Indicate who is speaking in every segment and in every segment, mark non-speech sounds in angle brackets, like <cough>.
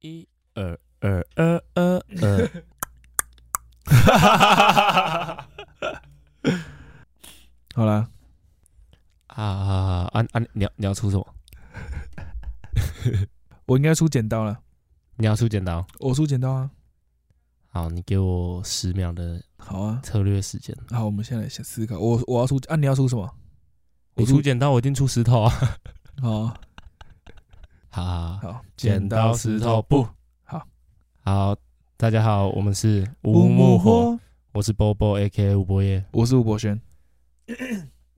Speaker 1: 一二二二二 <laughs> 二。
Speaker 2: <laughs> 好啦，
Speaker 1: 啊啊啊！你要你要出什么？
Speaker 2: 我应该出剪刀了，
Speaker 1: 你要出剪刀？
Speaker 2: 我出剪刀啊。
Speaker 1: 好，你给我十秒的
Speaker 2: 好啊，
Speaker 1: 策略时间。
Speaker 2: 好，我们先来先思考。我我要出啊，你要出什么？
Speaker 1: 你出剪刀，我一定出石头啊！
Speaker 2: 好啊
Speaker 1: <laughs> 好好好，
Speaker 2: 好，
Speaker 1: 剪刀石头布。
Speaker 2: 好，
Speaker 1: 好，大家好，我们是
Speaker 2: 乌
Speaker 1: 乌
Speaker 2: 木
Speaker 1: 木火，
Speaker 2: 火，
Speaker 1: 我是波波 A K 吴博业。
Speaker 2: 我是吴博轩。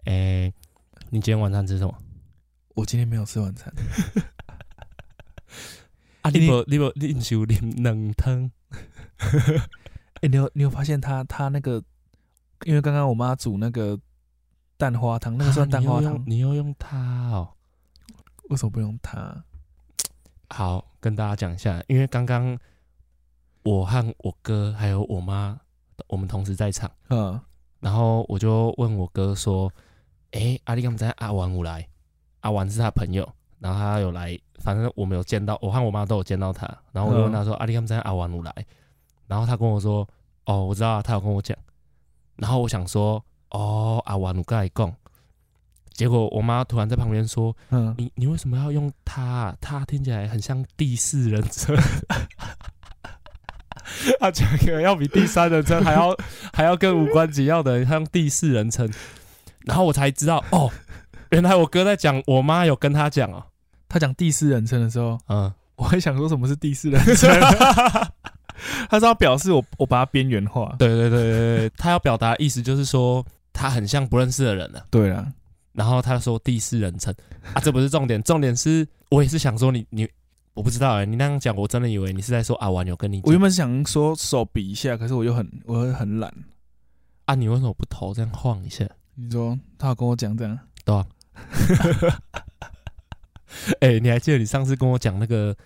Speaker 1: 哎、你今天晚餐吃什么？
Speaker 2: 我今天没有吃晚餐， <laughs>
Speaker 1: 啊，
Speaker 2: 今
Speaker 1: 你不
Speaker 2: 天
Speaker 1: 你不你不是啉冷汤？
Speaker 2: 哎、你有你有发现他他那个，因为刚刚我妈煮那个蛋花汤，那个算
Speaker 1: 啊
Speaker 2: 蛋花
Speaker 1: 你又
Speaker 2: 汤，
Speaker 1: 用你又用它哦。
Speaker 2: 为什么不用它？
Speaker 1: 好，跟大家讲一下，因为刚刚我和我哥还有我妈，我们同时在场，
Speaker 2: 嗯，
Speaker 1: 然后我就问我哥说：“诶，阿力刚在阿玩有来，阿玩是他朋友，然后他有来，反正我们有见到，我和我妈都有见到他。然后我就问他说：‘阿力刚在阿玩有来？’然后他跟我说：‘哦，我知道啊，他有跟我讲。’然后我想说：‘哦，阿玩有跟他讲。’结果我妈突然在旁边说：‘
Speaker 2: 嗯，
Speaker 1: 你你为什么要用他、啊？他听起来很像第四人称， <laughs> 他讲个要比第三人称还要还要更无关紧要的，他用第四人称，然后我才知道哦，原来我哥在讲，我妈有跟他讲哦，
Speaker 2: 他讲第四人称的时候，
Speaker 1: 嗯，
Speaker 2: 我还想说什么是第四人 <laughs> 称，他是要表示我我把它边缘化。
Speaker 1: 对对对对对，他要表达的意思就是说他很像不认识的人了、
Speaker 2: 对啦，
Speaker 1: 然后他说第四人称啊，这不是重点，重点是我也是想说你你。我不知道哎、你那样讲，我真的以为你是在说啊，玩有跟你
Speaker 2: 我
Speaker 1: 讲
Speaker 2: 原本想说手比一下，可是我又很我又很懒。
Speaker 1: 啊，你为什么不头这样晃一下？
Speaker 2: 你说他有跟我讲这样，
Speaker 1: 哎、你还记得你上次跟我讲那个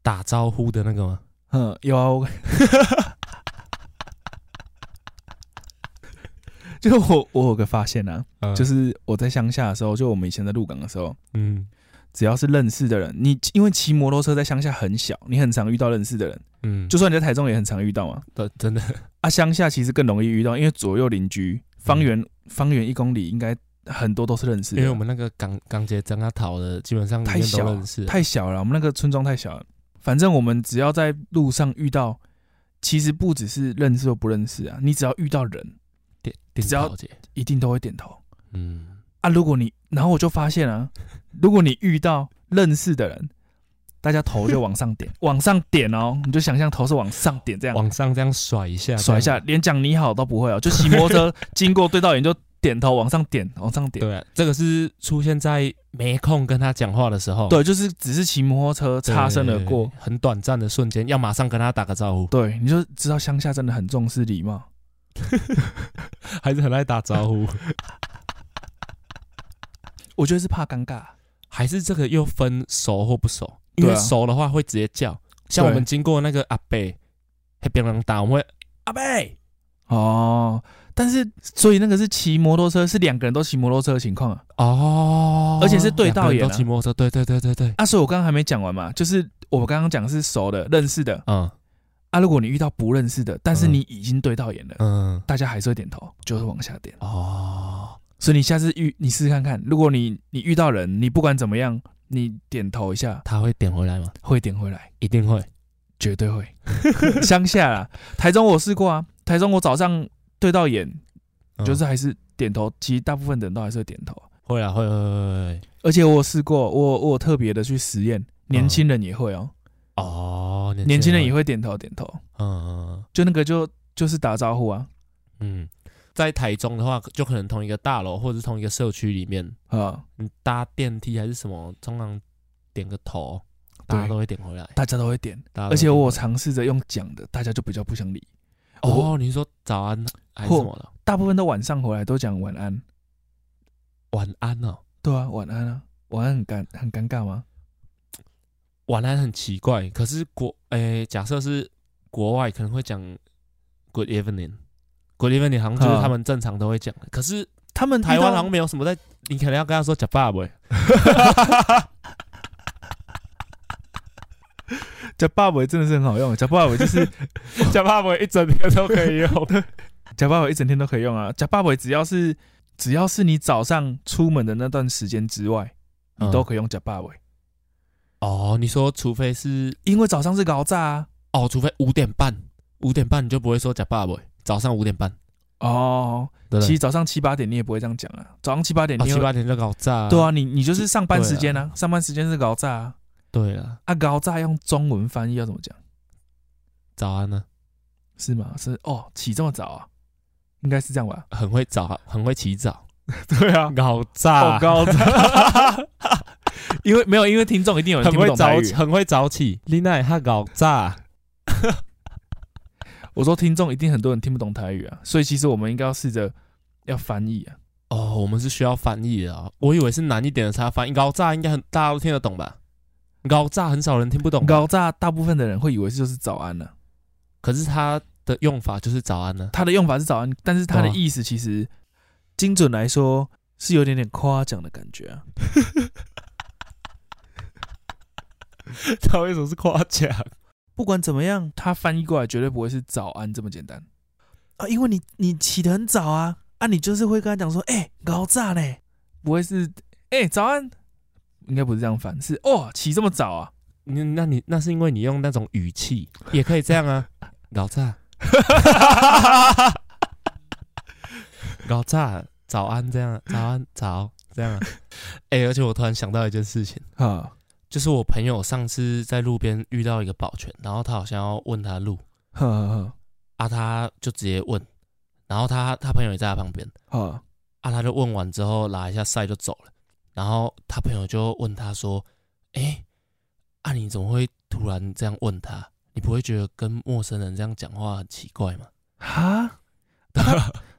Speaker 1: 打招呼的那个吗？
Speaker 2: 嗯，有啊，我 <laughs> 就是我我有个发现啊，
Speaker 1: 嗯
Speaker 2: 就是我在乡下的时候，就我们以前在鹿港的时候，
Speaker 1: 嗯
Speaker 2: 只要是认识的人，你因为骑摩托车在乡下很小，你很常遇到认识的人，
Speaker 1: 嗯，
Speaker 2: 就算你在台中也很常遇到嘛。
Speaker 1: 的真的，
Speaker 2: 啊，乡下其实更容易遇到，因为左右邻居，方圆、方圆一公里应该很多都是认识的，
Speaker 1: 嗯因为我们那个港港姐张阿桃的，基本上里
Speaker 2: 太
Speaker 1: 面都
Speaker 2: 小了
Speaker 1: 认识。
Speaker 2: 太小了，我们那个村庄太小了。反正我们只要在路上遇到，其实不只是认识或不认识啊，你只要遇到人，
Speaker 1: 电电
Speaker 2: 只要
Speaker 1: 桃姐，
Speaker 2: 一定都会点头
Speaker 1: 嗯，
Speaker 2: 啊。如果你，然后我就发现啊，如果你遇到认识的人，大家头就往上
Speaker 1: <laughs>
Speaker 2: 点，往上点哦，你就想象头是往上点这样，
Speaker 1: 往上这样甩一下，
Speaker 2: 甩一
Speaker 1: 这
Speaker 2: 下，
Speaker 1: 样。
Speaker 2: 连讲你好都不会哦，就骑摩托车经过对到眼就点头，往上点，往上点。
Speaker 1: 对啊，这个是出现在没空跟他讲话的时候，
Speaker 2: 对，就是只是骑摩托车
Speaker 1: 对，
Speaker 2: 擦身而过。
Speaker 1: 很短暂的瞬间，要马上跟他打个招呼，
Speaker 2: 对，你就知道乡下真的很重视礼貌。
Speaker 1: 还是很爱打招呼，
Speaker 2: 我觉得是怕尴尬。
Speaker 1: 还是这个又分熟或不熟，因为
Speaker 2: 对啊
Speaker 1: 熟的话会直接叫，像我
Speaker 2: 对
Speaker 1: 们经过那个阿贝，黑边人打，我们会阿贝。
Speaker 2: 哦，但是所以那个是骑摩托车，是两个人都骑摩托车的情况啊。
Speaker 1: 哦，
Speaker 2: 而且是对到
Speaker 1: 两个
Speaker 2: 眼啊
Speaker 1: 人都骑摩托车，对对对对对，
Speaker 2: 啊，所以我刚刚还没讲完嘛，就是我刚刚讲是熟的、认识的
Speaker 1: 嗯
Speaker 2: 啊。如果你遇到不认识的，但是
Speaker 1: 嗯
Speaker 2: 你已经对到眼了，
Speaker 1: 嗯，
Speaker 2: 大家还是会点头，就是往下点。
Speaker 1: 哦，
Speaker 2: 所以你下次遇你试试看看，如果你你遇到人，你不管怎么样，你点头一下
Speaker 1: 他会点回来吗？
Speaker 2: 会点回来，
Speaker 1: 一定会，
Speaker 2: 绝对会。 <laughs> 乡下啦，台中我试过啊，台中我早上对到眼，
Speaker 1: 嗯
Speaker 2: 就是还是点头，其实大部分人都还是会点头。
Speaker 1: 会啊，会会会会。
Speaker 2: 而且我有试过，我我有特别的去实验，
Speaker 1: 嗯
Speaker 2: 年轻人也会哦，
Speaker 1: 哦，
Speaker 2: 年轻人也
Speaker 1: 会，
Speaker 2: 会点头点头，
Speaker 1: 嗯
Speaker 2: 就那个就就是打招呼啊
Speaker 1: 嗯，在台中的话，就可能同一个大楼或者是同一个社区里面，
Speaker 2: 啊，
Speaker 1: 你搭电梯还是什么，通常点个头，
Speaker 2: 对
Speaker 1: 大家都会点回来。
Speaker 2: 大家都会点，
Speaker 1: 大家都
Speaker 2: 而且
Speaker 1: 会点回来
Speaker 2: 我尝试着用讲的，大家就比较不想理，
Speaker 1: 哦，你是说早安还是
Speaker 2: 或
Speaker 1: 什么的？
Speaker 2: 大部分都晚上回来都讲晚安，
Speaker 1: 晚安哦，
Speaker 2: 对啊，晚安啊，晚安很尴很尴尬吗？
Speaker 1: 晚安很奇怪，可是国诶、假设是国外可能会讲 Good evening，Good evening 好像就是
Speaker 2: 啊
Speaker 1: 他们正常都会讲的。可是
Speaker 2: 他们遇到
Speaker 1: 台湾好像没有什么在，你可能要跟他说 j a b a
Speaker 2: 假爸尾真的是很好用，假爸尾就是 <laughs> 假爸尾一整天都可以 <laughs> 用，假爸尾一整天都可以用啊。假爸尾只要是只要是你早上出门的那段时间之外， <laughs> 你
Speaker 1: 嗯
Speaker 2: 都可以用假爸尾，
Speaker 1: 哦，你说除非是
Speaker 2: 因为早上是搞炸啊。
Speaker 1: 哦，除非五点半，五点半你就不会说假爸尾，早上五点半，
Speaker 2: 哦，
Speaker 1: 对不
Speaker 2: 其
Speaker 1: 对
Speaker 2: 实？早上七八点你也不会这样讲啊，早上七八点
Speaker 1: 哦，
Speaker 2: 你也
Speaker 1: 七
Speaker 2: 会、
Speaker 1: 八点就搞炸、
Speaker 2: 对，啊，你你就是上班
Speaker 1: 对啊
Speaker 2: 时间啊，上班时间是搞炸啊，
Speaker 1: 对了，
Speaker 2: 啊搞炸用中文翻译要怎么讲？
Speaker 1: 早安啊呢、
Speaker 2: 是吗？是哦，起这么早啊？应该是这样吧？
Speaker 1: 很会早，很会起早，
Speaker 2: <laughs>
Speaker 1: 哦
Speaker 2: 对啊，
Speaker 1: 搞
Speaker 2: 好
Speaker 1: 炸，
Speaker 2: 高的， <laughs> 因为没有，因为听众一定有人
Speaker 1: 很
Speaker 2: 听不
Speaker 1: 会
Speaker 2: 懂台
Speaker 1: 早
Speaker 2: 语
Speaker 1: 起，。很会早起，丽娜她搞炸，
Speaker 2: 我说听众一定很多人听不懂台语啊，所以其实我们应该要试着要翻译啊。
Speaker 1: 哦，我们是需要翻译的、哦，我以为是难一点的才翻译，高炸应该很大家都听得懂吧？高炸很少人听不懂吧，
Speaker 2: 高炸大部分的人会以为就是早安呢、
Speaker 1: 可是它的用法就是早安啊呢、
Speaker 2: 它的用法是早安，但是它的
Speaker 1: 对啊
Speaker 2: 意思其实精准来说是有点点夸奖的感觉啊。
Speaker 1: 他为什么是夸奖？
Speaker 2: 不管怎么样，它翻译过来绝对不会是早安这么简单啊，因为你你起得很早啊，啊，你就是会跟他讲说，哎、高炸呢，不会是哎、早安，应该不是这样翻，是哦起这么早
Speaker 1: <laughs>
Speaker 2: 啊，
Speaker 1: 你那你那是因为你用那种语气，也可以这样
Speaker 2: <laughs>
Speaker 1: 啊，高炸，高炸，早安这样啊，早安早这
Speaker 2: <laughs>
Speaker 1: 样啊。哎、而且我突然想到一件事情，
Speaker 2: 啊
Speaker 1: 就是我朋友上次在路边遇到一个保全，然后他好像要问他路，
Speaker 2: 呵呵
Speaker 1: 啊，他就直接问，然后他他朋友也在他旁边，
Speaker 2: 呵，
Speaker 1: 啊，他就问完之后拉一下赛就走了，然后他朋友就问他说：“哎、啊你怎么会突然这样问他？你不会觉得跟陌生人这样讲话很奇怪吗
Speaker 2: <laughs> 啊，他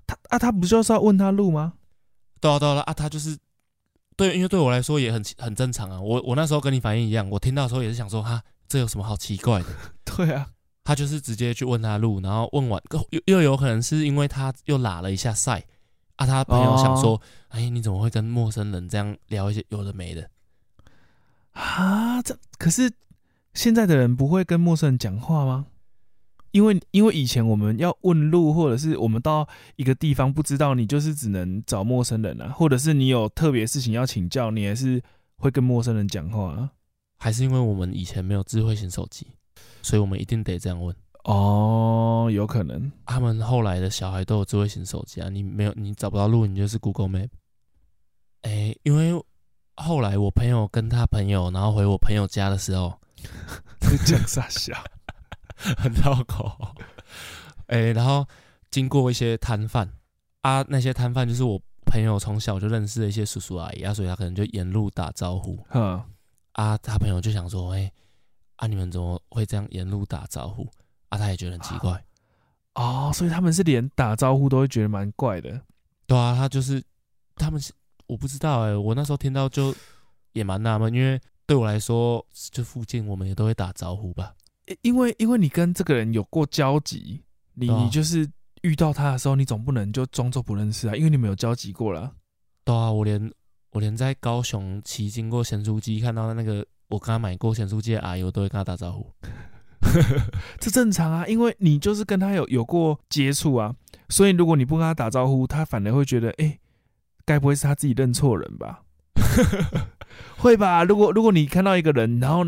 Speaker 2: 他啊他不就是要问他路吗？？”
Speaker 1: 对啊，对啊，啊，他就是对，因为对我来说也很奇很正常啊。我我那时候跟你反应一样，我听到的时候也是想说，哈，这有什么好奇怪的？
Speaker 2: <laughs> 对啊，
Speaker 1: 他就是直接去问他路，然后问完又又有可能是因为他又拉了一下赛啊，他朋友想说，哎、你怎么会跟陌生人这样聊一些有的没的？
Speaker 2: 啊这可是现在的人不会跟陌生人讲话吗？因为因为以前我们要问路，或者是我们到一个地方不知道，你就是只能找陌生人啊，或者是你有特别事情要请教，你还是会跟陌生人讲话啊。
Speaker 1: 还是因为我们以前没有智慧型手机，所以我们一定得这样问。啊
Speaker 2: 哦，有可能。 <laughs>
Speaker 1: 他们后来的小孩都有智慧型手机啊，你没有你找不到路，你就是 Google Map。哎、因为后来我朋友跟他朋友，然后回我朋友家的时候，
Speaker 2: 讲傻笑？
Speaker 1: 很绕 <laughs> 口。哎、然后经过一些摊贩啊，那些摊贩就是我朋友从小就认识的一些叔叔阿姨啊，所以他可能就沿路打招呼。
Speaker 2: <laughs> 嗯，
Speaker 1: 啊，他朋友就想说，哎、啊，你们怎么会这样沿路打招呼？啊，他也觉得很奇怪。
Speaker 2: 哦，所以他们是连打招呼都会觉得蛮怪的。
Speaker 1: 对啊，他就是他们是我不知道哎、我那时候听到就也蛮纳闷，因为对我来说，就附近我们也都会打招呼吧。
Speaker 2: 因因为因为你跟这个人有过交集，你、
Speaker 1: 对啊
Speaker 2: 你就是遇到他的时候，你总不能就装作不认识啊，因为你们有交集过了。
Speaker 1: 对啊，我连我连在高雄骑经过咸酥鸡，看到那个我跟他买过咸酥鸡的阿姨，我都会跟他打招呼。
Speaker 2: 这正常啊，因为你就是跟他有有过接触啊，所以如果你不跟他打招呼，他反而会觉得，哎、该不会是他自己认错人吧？ <laughs> 会吧？如果如果你看到一个人，然后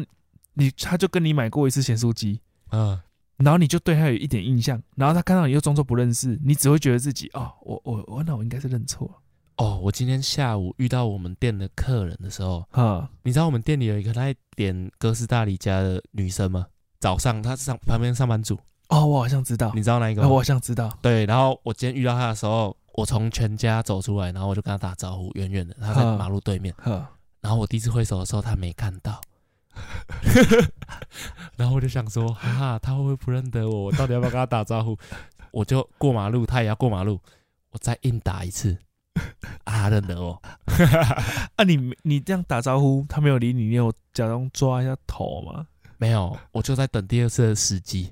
Speaker 2: 你他就跟你买过一次咸酥鸡，
Speaker 1: 嗯，
Speaker 2: 然后你就对他有一点印象，然后他看到你又装作不认识，你只会觉得自己哦，我我我那我应该是认错了
Speaker 1: 哦，我今天下午遇到我们店的客人的时候，
Speaker 2: 哈。
Speaker 1: 你知道我们店里有一个在点哥斯达黎加的女生吗？早上她是上旁边上班族，
Speaker 2: 哦，我好像知道，
Speaker 1: 你知道那一个
Speaker 2: 啊
Speaker 1: 吗？
Speaker 2: 我好像知道，
Speaker 1: 对，然后我今天遇到她的时候，我从全家走出来，然后我就跟她打招呼，远远的，她在
Speaker 2: 嗯
Speaker 1: 马路对面。
Speaker 2: 哈，
Speaker 1: 然后我第一次挥手的时候，她没看到，然后我就想说，哈哈，她会不会不认得我？我到底要不要跟她打招呼？我就过马路，她也要过马路，我再硬打一次，啊，她认得我。
Speaker 2: 啊你，你这样打招呼，他没有理你，你有假装抓一下头吗？
Speaker 1: 没有，我就在等第二次的时机。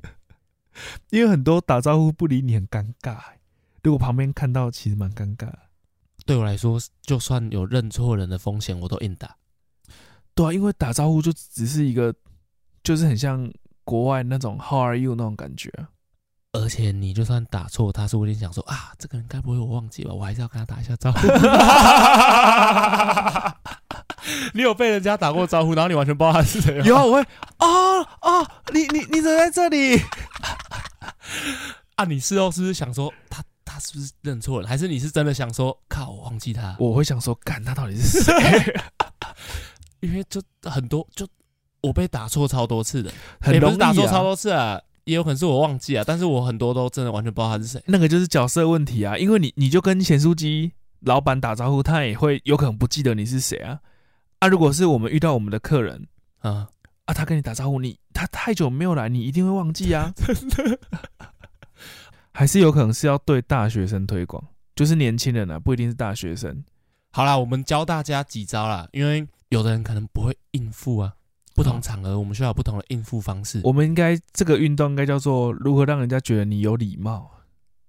Speaker 2: 因为很多打招呼不理你很尴尬、欸，如果旁边看到其实蛮尴尬的。
Speaker 1: 对我来说，就算有认错人的风险，我都硬打。
Speaker 2: 对啊，因为打招呼就只是一个，就是很像国外那种 How are you 那种感觉啊。
Speaker 1: 而且你就算打错，他是会先想说啊，这个人该不会我忘记吧？我还是要跟他打一下招呼。你有被人家打过招呼，然后你完全不知道他是谁吗？
Speaker 2: 有啊，我会哦哦，你你你怎么在这里？
Speaker 1: 啊，你事后是不是想说他他是不是认错了？还是你是真的想说靠，我忘记他？
Speaker 2: 我会想说，干他到底是 <laughs> 谁？
Speaker 1: 因为就很多，就我被打错超多次的，
Speaker 2: 很
Speaker 1: 也不
Speaker 2: 容
Speaker 1: 是
Speaker 2: 易、
Speaker 1: 打
Speaker 2: 啊、
Speaker 1: 错超多次啊，也有可能是我忘记啊，但是我很多都真的完全不知道他是谁。
Speaker 2: 那个就是角色问题啊，因为你你就跟咸酥鸡老板打招呼，他也会有可能不记得你是谁啊。啊，如果是我们遇到我们的客人
Speaker 1: 啊，
Speaker 2: 啊，他跟你打招呼，你他太久没有来，你一定会忘记啊。 <laughs> 真的，还是有可能是要对大学生推广，就是年轻人啊，不一定是大学生。
Speaker 1: 好啦，我们教大家几招啦，因为有的人可能不会应付啊，不同场合我们需要有不同的应付方式。
Speaker 2: 我们应该这个运动应该叫做如何让人家觉得你有礼貌。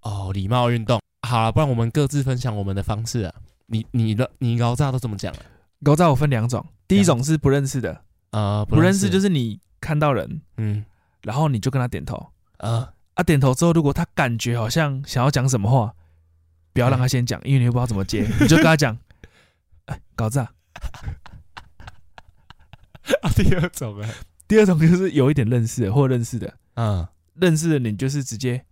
Speaker 1: 哦，礼貌运动。好啦，不然我们各自分享我们的方式啊。你你的你高炸都怎么讲啊？
Speaker 2: 高照我分两种，第一种是不认识的，
Speaker 1: 啊，
Speaker 2: 不认识就是是你看到人，
Speaker 1: 嗯
Speaker 2: 然后你就跟他点头
Speaker 1: 啊，
Speaker 2: 啊，点头之后，如果他感觉好像想要讲什么话，不要让
Speaker 1: 嗯
Speaker 2: 他先讲，因为你又不知道怎么接，你就跟他讲，哎，搞炸。
Speaker 1: 第二种啊，
Speaker 2: 第二种就是有一点认识的或认识的，
Speaker 1: 嗯，
Speaker 2: 认识的你就是直接，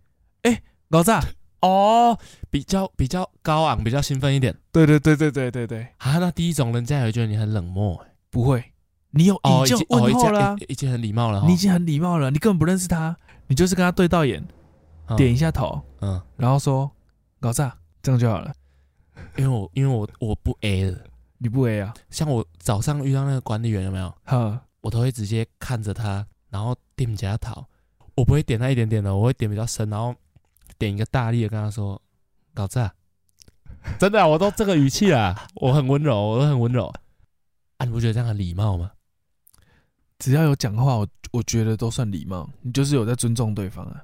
Speaker 2: 哎，搞炸。
Speaker 1: 哦，比较比较高昂，比较兴奋一点
Speaker 2: 对对对对对对对，
Speaker 1: 啊。那第一种人家也会觉得你很冷漠、欸
Speaker 2: 不会，你有
Speaker 1: 哦，
Speaker 2: 已
Speaker 1: 已
Speaker 2: 经
Speaker 1: 经哦
Speaker 2: 问
Speaker 1: 已
Speaker 2: 候
Speaker 1: 经
Speaker 2: 了啊、
Speaker 1: 已已经很礼貌了、哦，
Speaker 2: 你已经很礼貌了，你根本不认识他，你就是跟他对到眼，
Speaker 1: 嗯
Speaker 2: 点一下头，
Speaker 1: 嗯，
Speaker 2: 然后说搞炸，这样就好了。
Speaker 1: 因为我因为我我不 A 了，
Speaker 2: 你不 A 啊？
Speaker 1: 像我早上遇到那个管理员有没有，
Speaker 2: 哈，
Speaker 1: 我都会直接看着他，然后点加讨，我不会点那一点点的，我会点比较深，然后点一个大力的跟他说搞炸， <laughs> 真的啊、我都这个语气啦，我很温柔，我都很温柔啊，你不觉得这样很礼貌吗？
Speaker 2: 只要有讲话，我我觉得都算礼貌，你就是有在尊重对方啊。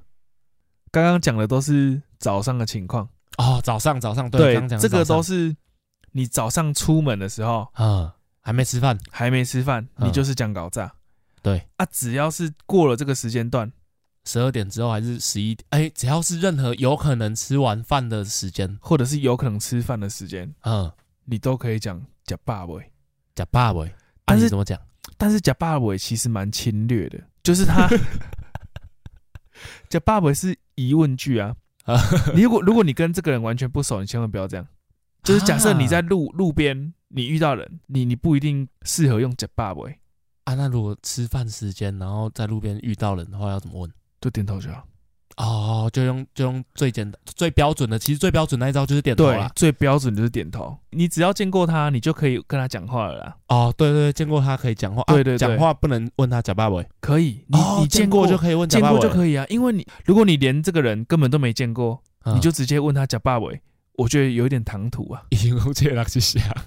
Speaker 2: 刚刚讲的都是早上的情况，
Speaker 1: 哦，早上早上对，刚讲
Speaker 2: 这个都
Speaker 1: 是
Speaker 2: 是你早上出门的时候
Speaker 1: 啊、嗯还没吃饭，
Speaker 2: 还没吃饭，
Speaker 1: 嗯
Speaker 2: 你就是讲搞炸。
Speaker 1: 对
Speaker 2: 啊，只要是过了这个时间段，
Speaker 1: 十二点之后还是十一，哎，只要是任何有可能吃完饭的时间，
Speaker 2: 或者是有可能吃饭的时间，
Speaker 1: 嗯，
Speaker 2: 你都可以讲假爸喂。
Speaker 1: 假爸喂，啊
Speaker 2: 但
Speaker 1: 你
Speaker 2: 是
Speaker 1: 怎么讲？
Speaker 2: 但是假爸尾其实蛮侵略的，就是
Speaker 1: <laughs>
Speaker 2: 他假爸尾是疑问句啊。你如果如果你跟这个人完全不熟，你千万不要这样。就是假设你在路
Speaker 1: 啊
Speaker 2: 路边，你遇到人，你你不一定适合用假爸尾，
Speaker 1: 啊，那如果吃饭时间，然后在路边遇到人的话，要怎么问？
Speaker 2: 就点头就好。
Speaker 1: 哦，就用就用最简单、最标准的，其实最标准那一招就是点头
Speaker 2: 对
Speaker 1: 啦，。
Speaker 2: 最标准就是点头。你只要见过他，你就可以跟他讲话了啦。
Speaker 1: 哦，对对对，见过他可以讲话，啊
Speaker 2: 对对对
Speaker 1: 讲话不能问他假爸伟，
Speaker 2: 可以，你、
Speaker 1: 哦
Speaker 2: 你
Speaker 1: 见
Speaker 2: 过
Speaker 1: 就可以问假
Speaker 2: 见
Speaker 1: 爸
Speaker 2: 过就
Speaker 1: 伟，
Speaker 2: 可以啊，因为你如果你连这个人根本都没见过，
Speaker 1: 嗯 <laughs>
Speaker 2: 你就直接问他假爸尾，我觉得有一点唐突啊。
Speaker 1: 已经用这了，谢谢啊。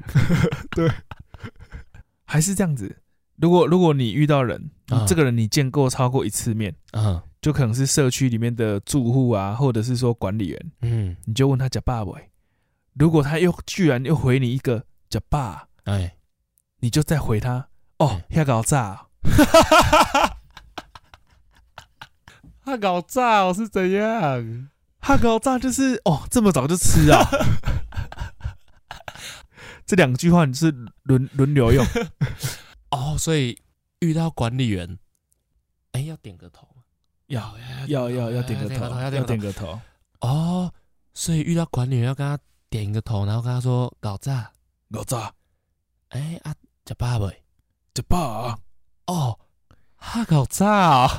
Speaker 2: 还是这样子。如果如果你遇到人，
Speaker 1: 啊
Speaker 2: 这个人你见过超过一次面，
Speaker 1: 嗯
Speaker 2: 就可能是社区里面的住户啊，或者是说管理员，
Speaker 1: 嗯，
Speaker 2: 你就问他假爸喂。如果他又居然又回你一个假爸，
Speaker 1: 哎，
Speaker 2: 你就再回他
Speaker 1: 嗯
Speaker 2: 哦，要搞炸
Speaker 1: 他搞炸哦我是怎样？
Speaker 2: 哦，要搞炸就是哦，这么早就吃啊。 <laughs> 这两句话你是轮轮流用，
Speaker 1: 哦，所以遇到管理员，哎，要点个头吗，<laughs>
Speaker 2: 要
Speaker 1: 哦要
Speaker 2: 要要要点个头，
Speaker 1: 要点
Speaker 2: 要
Speaker 1: 个头
Speaker 2: 点个头。
Speaker 1: 哦，所以遇到管理员要跟他点一个头，然后跟他说搞炸，
Speaker 2: 搞炸，
Speaker 1: 哎啊，假爸伟。
Speaker 2: 假爸啊，
Speaker 1: 哦，他搞炸、 <laughs> 啊！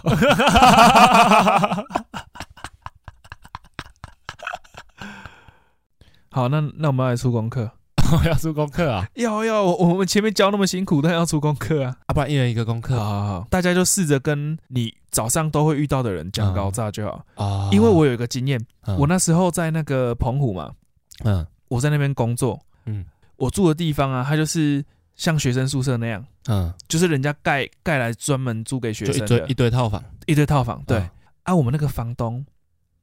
Speaker 2: 好，那那我们要来出功课。
Speaker 1: 我要做功课啊，
Speaker 2: 要要，我我们前面教那么辛苦，但要出功课啊。
Speaker 1: 啊，不然一人一个功课
Speaker 2: 好
Speaker 1: 啊、
Speaker 2: 好好，大家就试着跟你早上都会遇到的人讲
Speaker 1: 嗯
Speaker 2: 高炸就好。因为我有一个经验，
Speaker 1: 哦嗯
Speaker 2: 我那时候在那个澎湖嘛，
Speaker 1: 嗯
Speaker 2: 我在那边工作，
Speaker 1: 嗯
Speaker 2: 我住的地方啊，它就是像学生宿舍那样，
Speaker 1: 嗯，
Speaker 2: 就是人家盖盖来专门租给学
Speaker 1: 就一
Speaker 2: 生
Speaker 1: 堆
Speaker 2: 的
Speaker 1: 一堆套房，
Speaker 2: 一堆套房。对、
Speaker 1: 嗯
Speaker 2: 啊，我们那个房东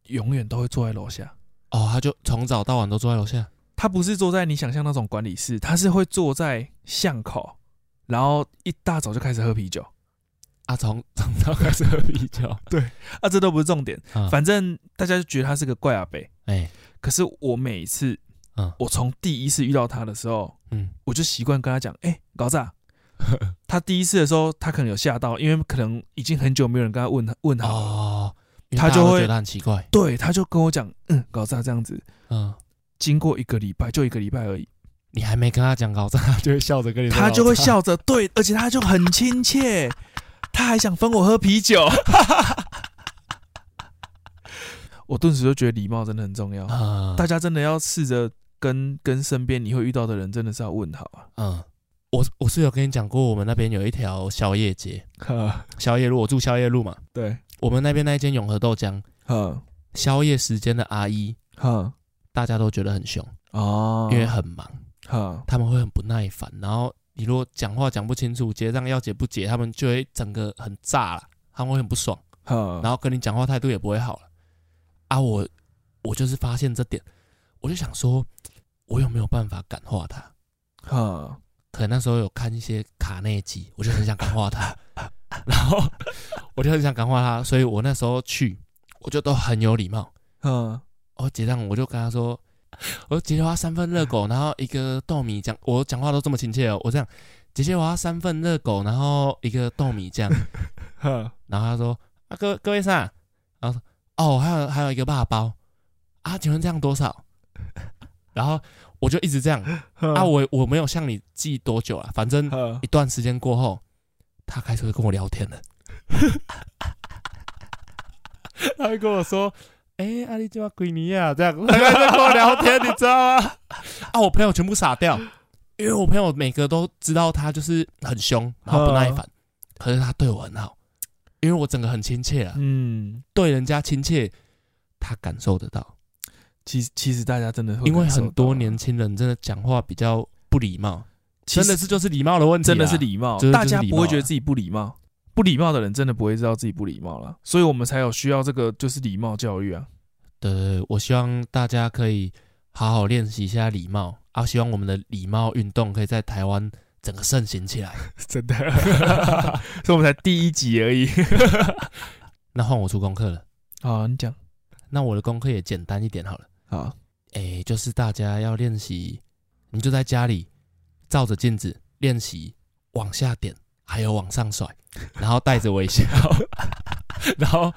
Speaker 2: 永远都会坐在楼下。
Speaker 1: 哦，他就从早到晚都坐在楼下，
Speaker 2: 他不是坐在你想象那种管理室，他是会坐在巷口，然后一大早就开始喝啤酒。
Speaker 1: 啊，从上，然后开始喝啤酒。
Speaker 2: 啊，这都不是重点，
Speaker 1: 啊
Speaker 2: 反正大家就觉得他是个怪阿北。
Speaker 1: <laughs> 哎，
Speaker 2: 可是我每一次，
Speaker 1: 嗯
Speaker 2: 我从第一次遇到他的时候，
Speaker 1: 嗯，
Speaker 2: 我就习惯跟他讲，哎、
Speaker 1: <laughs>
Speaker 2: 老炸。他第一次的时候，他可能有吓到，因为可能已经很久没有人跟他问他问他，
Speaker 1: 哦，因为
Speaker 2: 他
Speaker 1: 大家
Speaker 2: 就
Speaker 1: 都
Speaker 2: 会
Speaker 1: 觉得他很奇怪。
Speaker 2: 对，他就跟我讲，嗯，搞炸这样子。
Speaker 1: 嗯，
Speaker 2: 经过一个礼拜，就一个礼拜而已，
Speaker 1: 你还没跟他讲高赞，他就会笑着跟你说
Speaker 2: 他就会
Speaker 1: 高赞。
Speaker 2: 笑着对，而且他就很亲切，他还想分我喝
Speaker 1: <laughs>
Speaker 2: 啤酒，我顿时就觉得礼貌真的很重要，
Speaker 1: 嗯，
Speaker 2: 大家真的要试着跟跟身边你会遇到的人真的是要问好啊
Speaker 1: 嗯，我我是有跟你讲过，我们那边有一条宵夜街，
Speaker 2: 啊，
Speaker 1: 宵夜路，我住宵夜路嘛。
Speaker 2: 对，
Speaker 1: 我们那边那一间永和豆浆，
Speaker 2: 哈
Speaker 1: 宵夜时间的阿姨，
Speaker 2: 哈
Speaker 1: 大家都觉得很凶，
Speaker 2: 哦，
Speaker 1: 因为很忙，
Speaker 2: 哈
Speaker 1: 他们会很不耐烦。然后你如果讲话讲不清楚，结账要结不结，他们就会整个很炸了，他们会很不爽，
Speaker 2: 哈，
Speaker 1: 然后跟你讲话态度也不会好了。啊，我我就是发现这点，我就想说，我有没有办法感化他？
Speaker 2: 哈
Speaker 1: 可能那时候有看一些卡内基，我就很想感化他， <laughs> 然后我就很想感化他，所以我那时候去，我就都很有礼貌。
Speaker 2: 哈
Speaker 1: 哦，结账我就跟他说，我说姐姐我要三份热狗，然后一个豆米酱。我讲话都这么亲切哦，我这样，姐姐我要三份热狗，然后一个豆米酱。 <laughs>
Speaker 2: 哈，
Speaker 1: 然后他说啊，各各位上，然后说哦，还有还有一个霸包啊，请问这样多少？然后我就一直这样啊，
Speaker 2: 啊
Speaker 1: 我我没有向你记多久了，反正
Speaker 2: 哈
Speaker 1: 一段时间过后，他开始会跟我聊天了。 <laughs> 他会跟我说：“哎、阿丽今晚鬼尼亚这样。” <laughs> 他开始在跟我聊天，你知道吗？ <laughs> 啊，我朋友全部傻掉，因为我朋友每个都知道他就是很凶，然后不耐烦，可是他对我很好，因为我整个很亲切啊，
Speaker 2: 嗯，
Speaker 1: 对人家亲切，他感受得到。
Speaker 2: 其实其实大家真的会
Speaker 1: 因为
Speaker 2: 感受
Speaker 1: 很多
Speaker 2: 到啊
Speaker 1: 年轻人真的讲话比较不礼貌，
Speaker 2: 其
Speaker 1: 真
Speaker 2: 实
Speaker 1: 的是就是礼貌的问题啊，
Speaker 2: 真的是礼貌
Speaker 1: 真，的
Speaker 2: 大
Speaker 1: 就是
Speaker 2: 家
Speaker 1: 礼
Speaker 2: 不
Speaker 1: 貌
Speaker 2: 会
Speaker 1: 啊
Speaker 2: 觉得自己不礼貌，不礼貌的人真的不会知道自己不礼貌了，所以我们才有需要这个就是礼貌教育啊。
Speaker 1: 对对对，我希望大家可以好好练习一下礼貌啊！希望我们的礼貌运动可以在台湾整个盛行起来。
Speaker 2: <laughs>
Speaker 1: <laughs>
Speaker 2: 真的， <laughs> 所以我们才第一集而已。
Speaker 1: 那换我出功课了，
Speaker 2: <laughs> 好，你讲。
Speaker 1: 那我的功课也简单一点好了。
Speaker 2: 好，
Speaker 1: 诶，就是大家要练习，你就在家里照着镜子练习往下点，还有往上甩， <laughs> 然后带着微笑， <laughs> 然后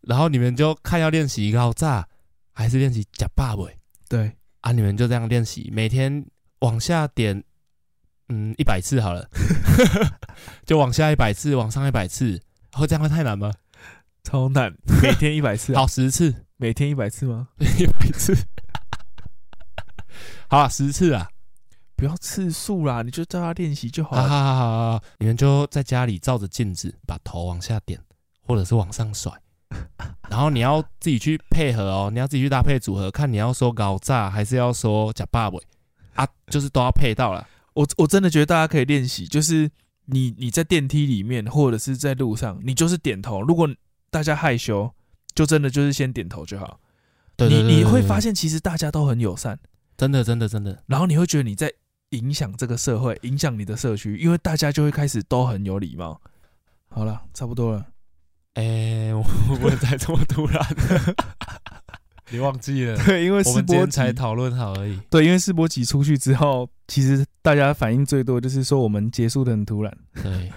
Speaker 1: 然后你们就看要练习高炸还是练习假霸尾。
Speaker 2: 对，
Speaker 1: 啊，你们就这样练习，每天往下点，嗯，一百次好了， <laughs> 就往下一百次，往上一百次，会这样会太难吗？
Speaker 2: 超 <laughs> 难，每天一百次、啊。
Speaker 1: 好，，十次，
Speaker 2: 每天一百次吗？
Speaker 1: 一百次， <laughs> 好啊，十次啊，
Speaker 2: 不要次数啦，你就叫他练习就好
Speaker 1: 好
Speaker 2: 啊
Speaker 1: 好
Speaker 2: 了。
Speaker 1: 好好好，你们就在家里照着镜子，把头往下点，或者是往上甩，然后你要自己去配合哦，你要自己去搭配组合，看你要说搞炸还是要说假霸尾啊，就是都要配到了，
Speaker 2: 我我真的觉得大家可以练习，就是你你在电梯里面或者是在路上，你就是点头。如果大家害羞，就真的就是先点头就好。
Speaker 1: 对对对
Speaker 2: 你你会发
Speaker 1: 现，
Speaker 2: 现其实大家都很友善。
Speaker 1: 真的真的真的。
Speaker 2: 然后你会觉得你在影响这个社会，影响你的社区，因为大家就会开始都很有礼貌。好了，差不多了。
Speaker 1: 哎、我 <laughs> 我不能再这么突然， <laughs> 你忘记了？
Speaker 2: <laughs> 对，因为
Speaker 1: 我
Speaker 2: 世
Speaker 1: 们今
Speaker 2: 博
Speaker 1: 天
Speaker 2: 集
Speaker 1: 才讨论好而已。
Speaker 2: 对，因为世博集出去之后，其实大家反应最多就是说我们结束的很突然，
Speaker 1: 对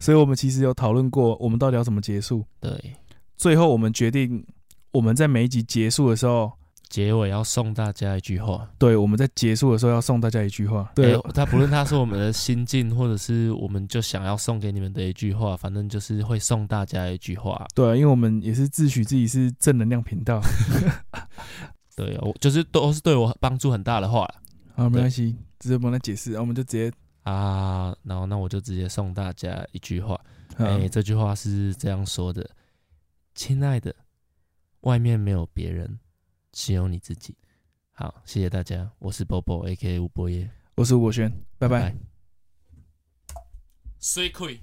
Speaker 2: 所以我们其实有讨论过我们到底要怎么结束。
Speaker 1: 对，
Speaker 2: 最后我们决定，我们在每一集结束的时候，
Speaker 1: 结尾要送大家一句话。
Speaker 2: 对，我们在结束的时候要送大家一句话。对，
Speaker 1: 哎他不论他是我们的心境，或者是我们就想要送给你们的一句话，反正就是会送大家一句话。
Speaker 2: 对，啊因为我们也是自诩自己是正能量频道
Speaker 1: 对，我就是都是对我帮助很大的话啦
Speaker 2: 啊，没关系，直接帮他解释，然后我们就直接。
Speaker 1: 啊。然后那我就直接送大家一句话。
Speaker 2: 啊
Speaker 1: 哎、这句话是这样说的：亲爱的，外面没有别人，只有你自己。好，谢谢大家，我是 Bobo A K 吴博业，
Speaker 2: 我是吴博轩，拜拜。
Speaker 1: 水鬼。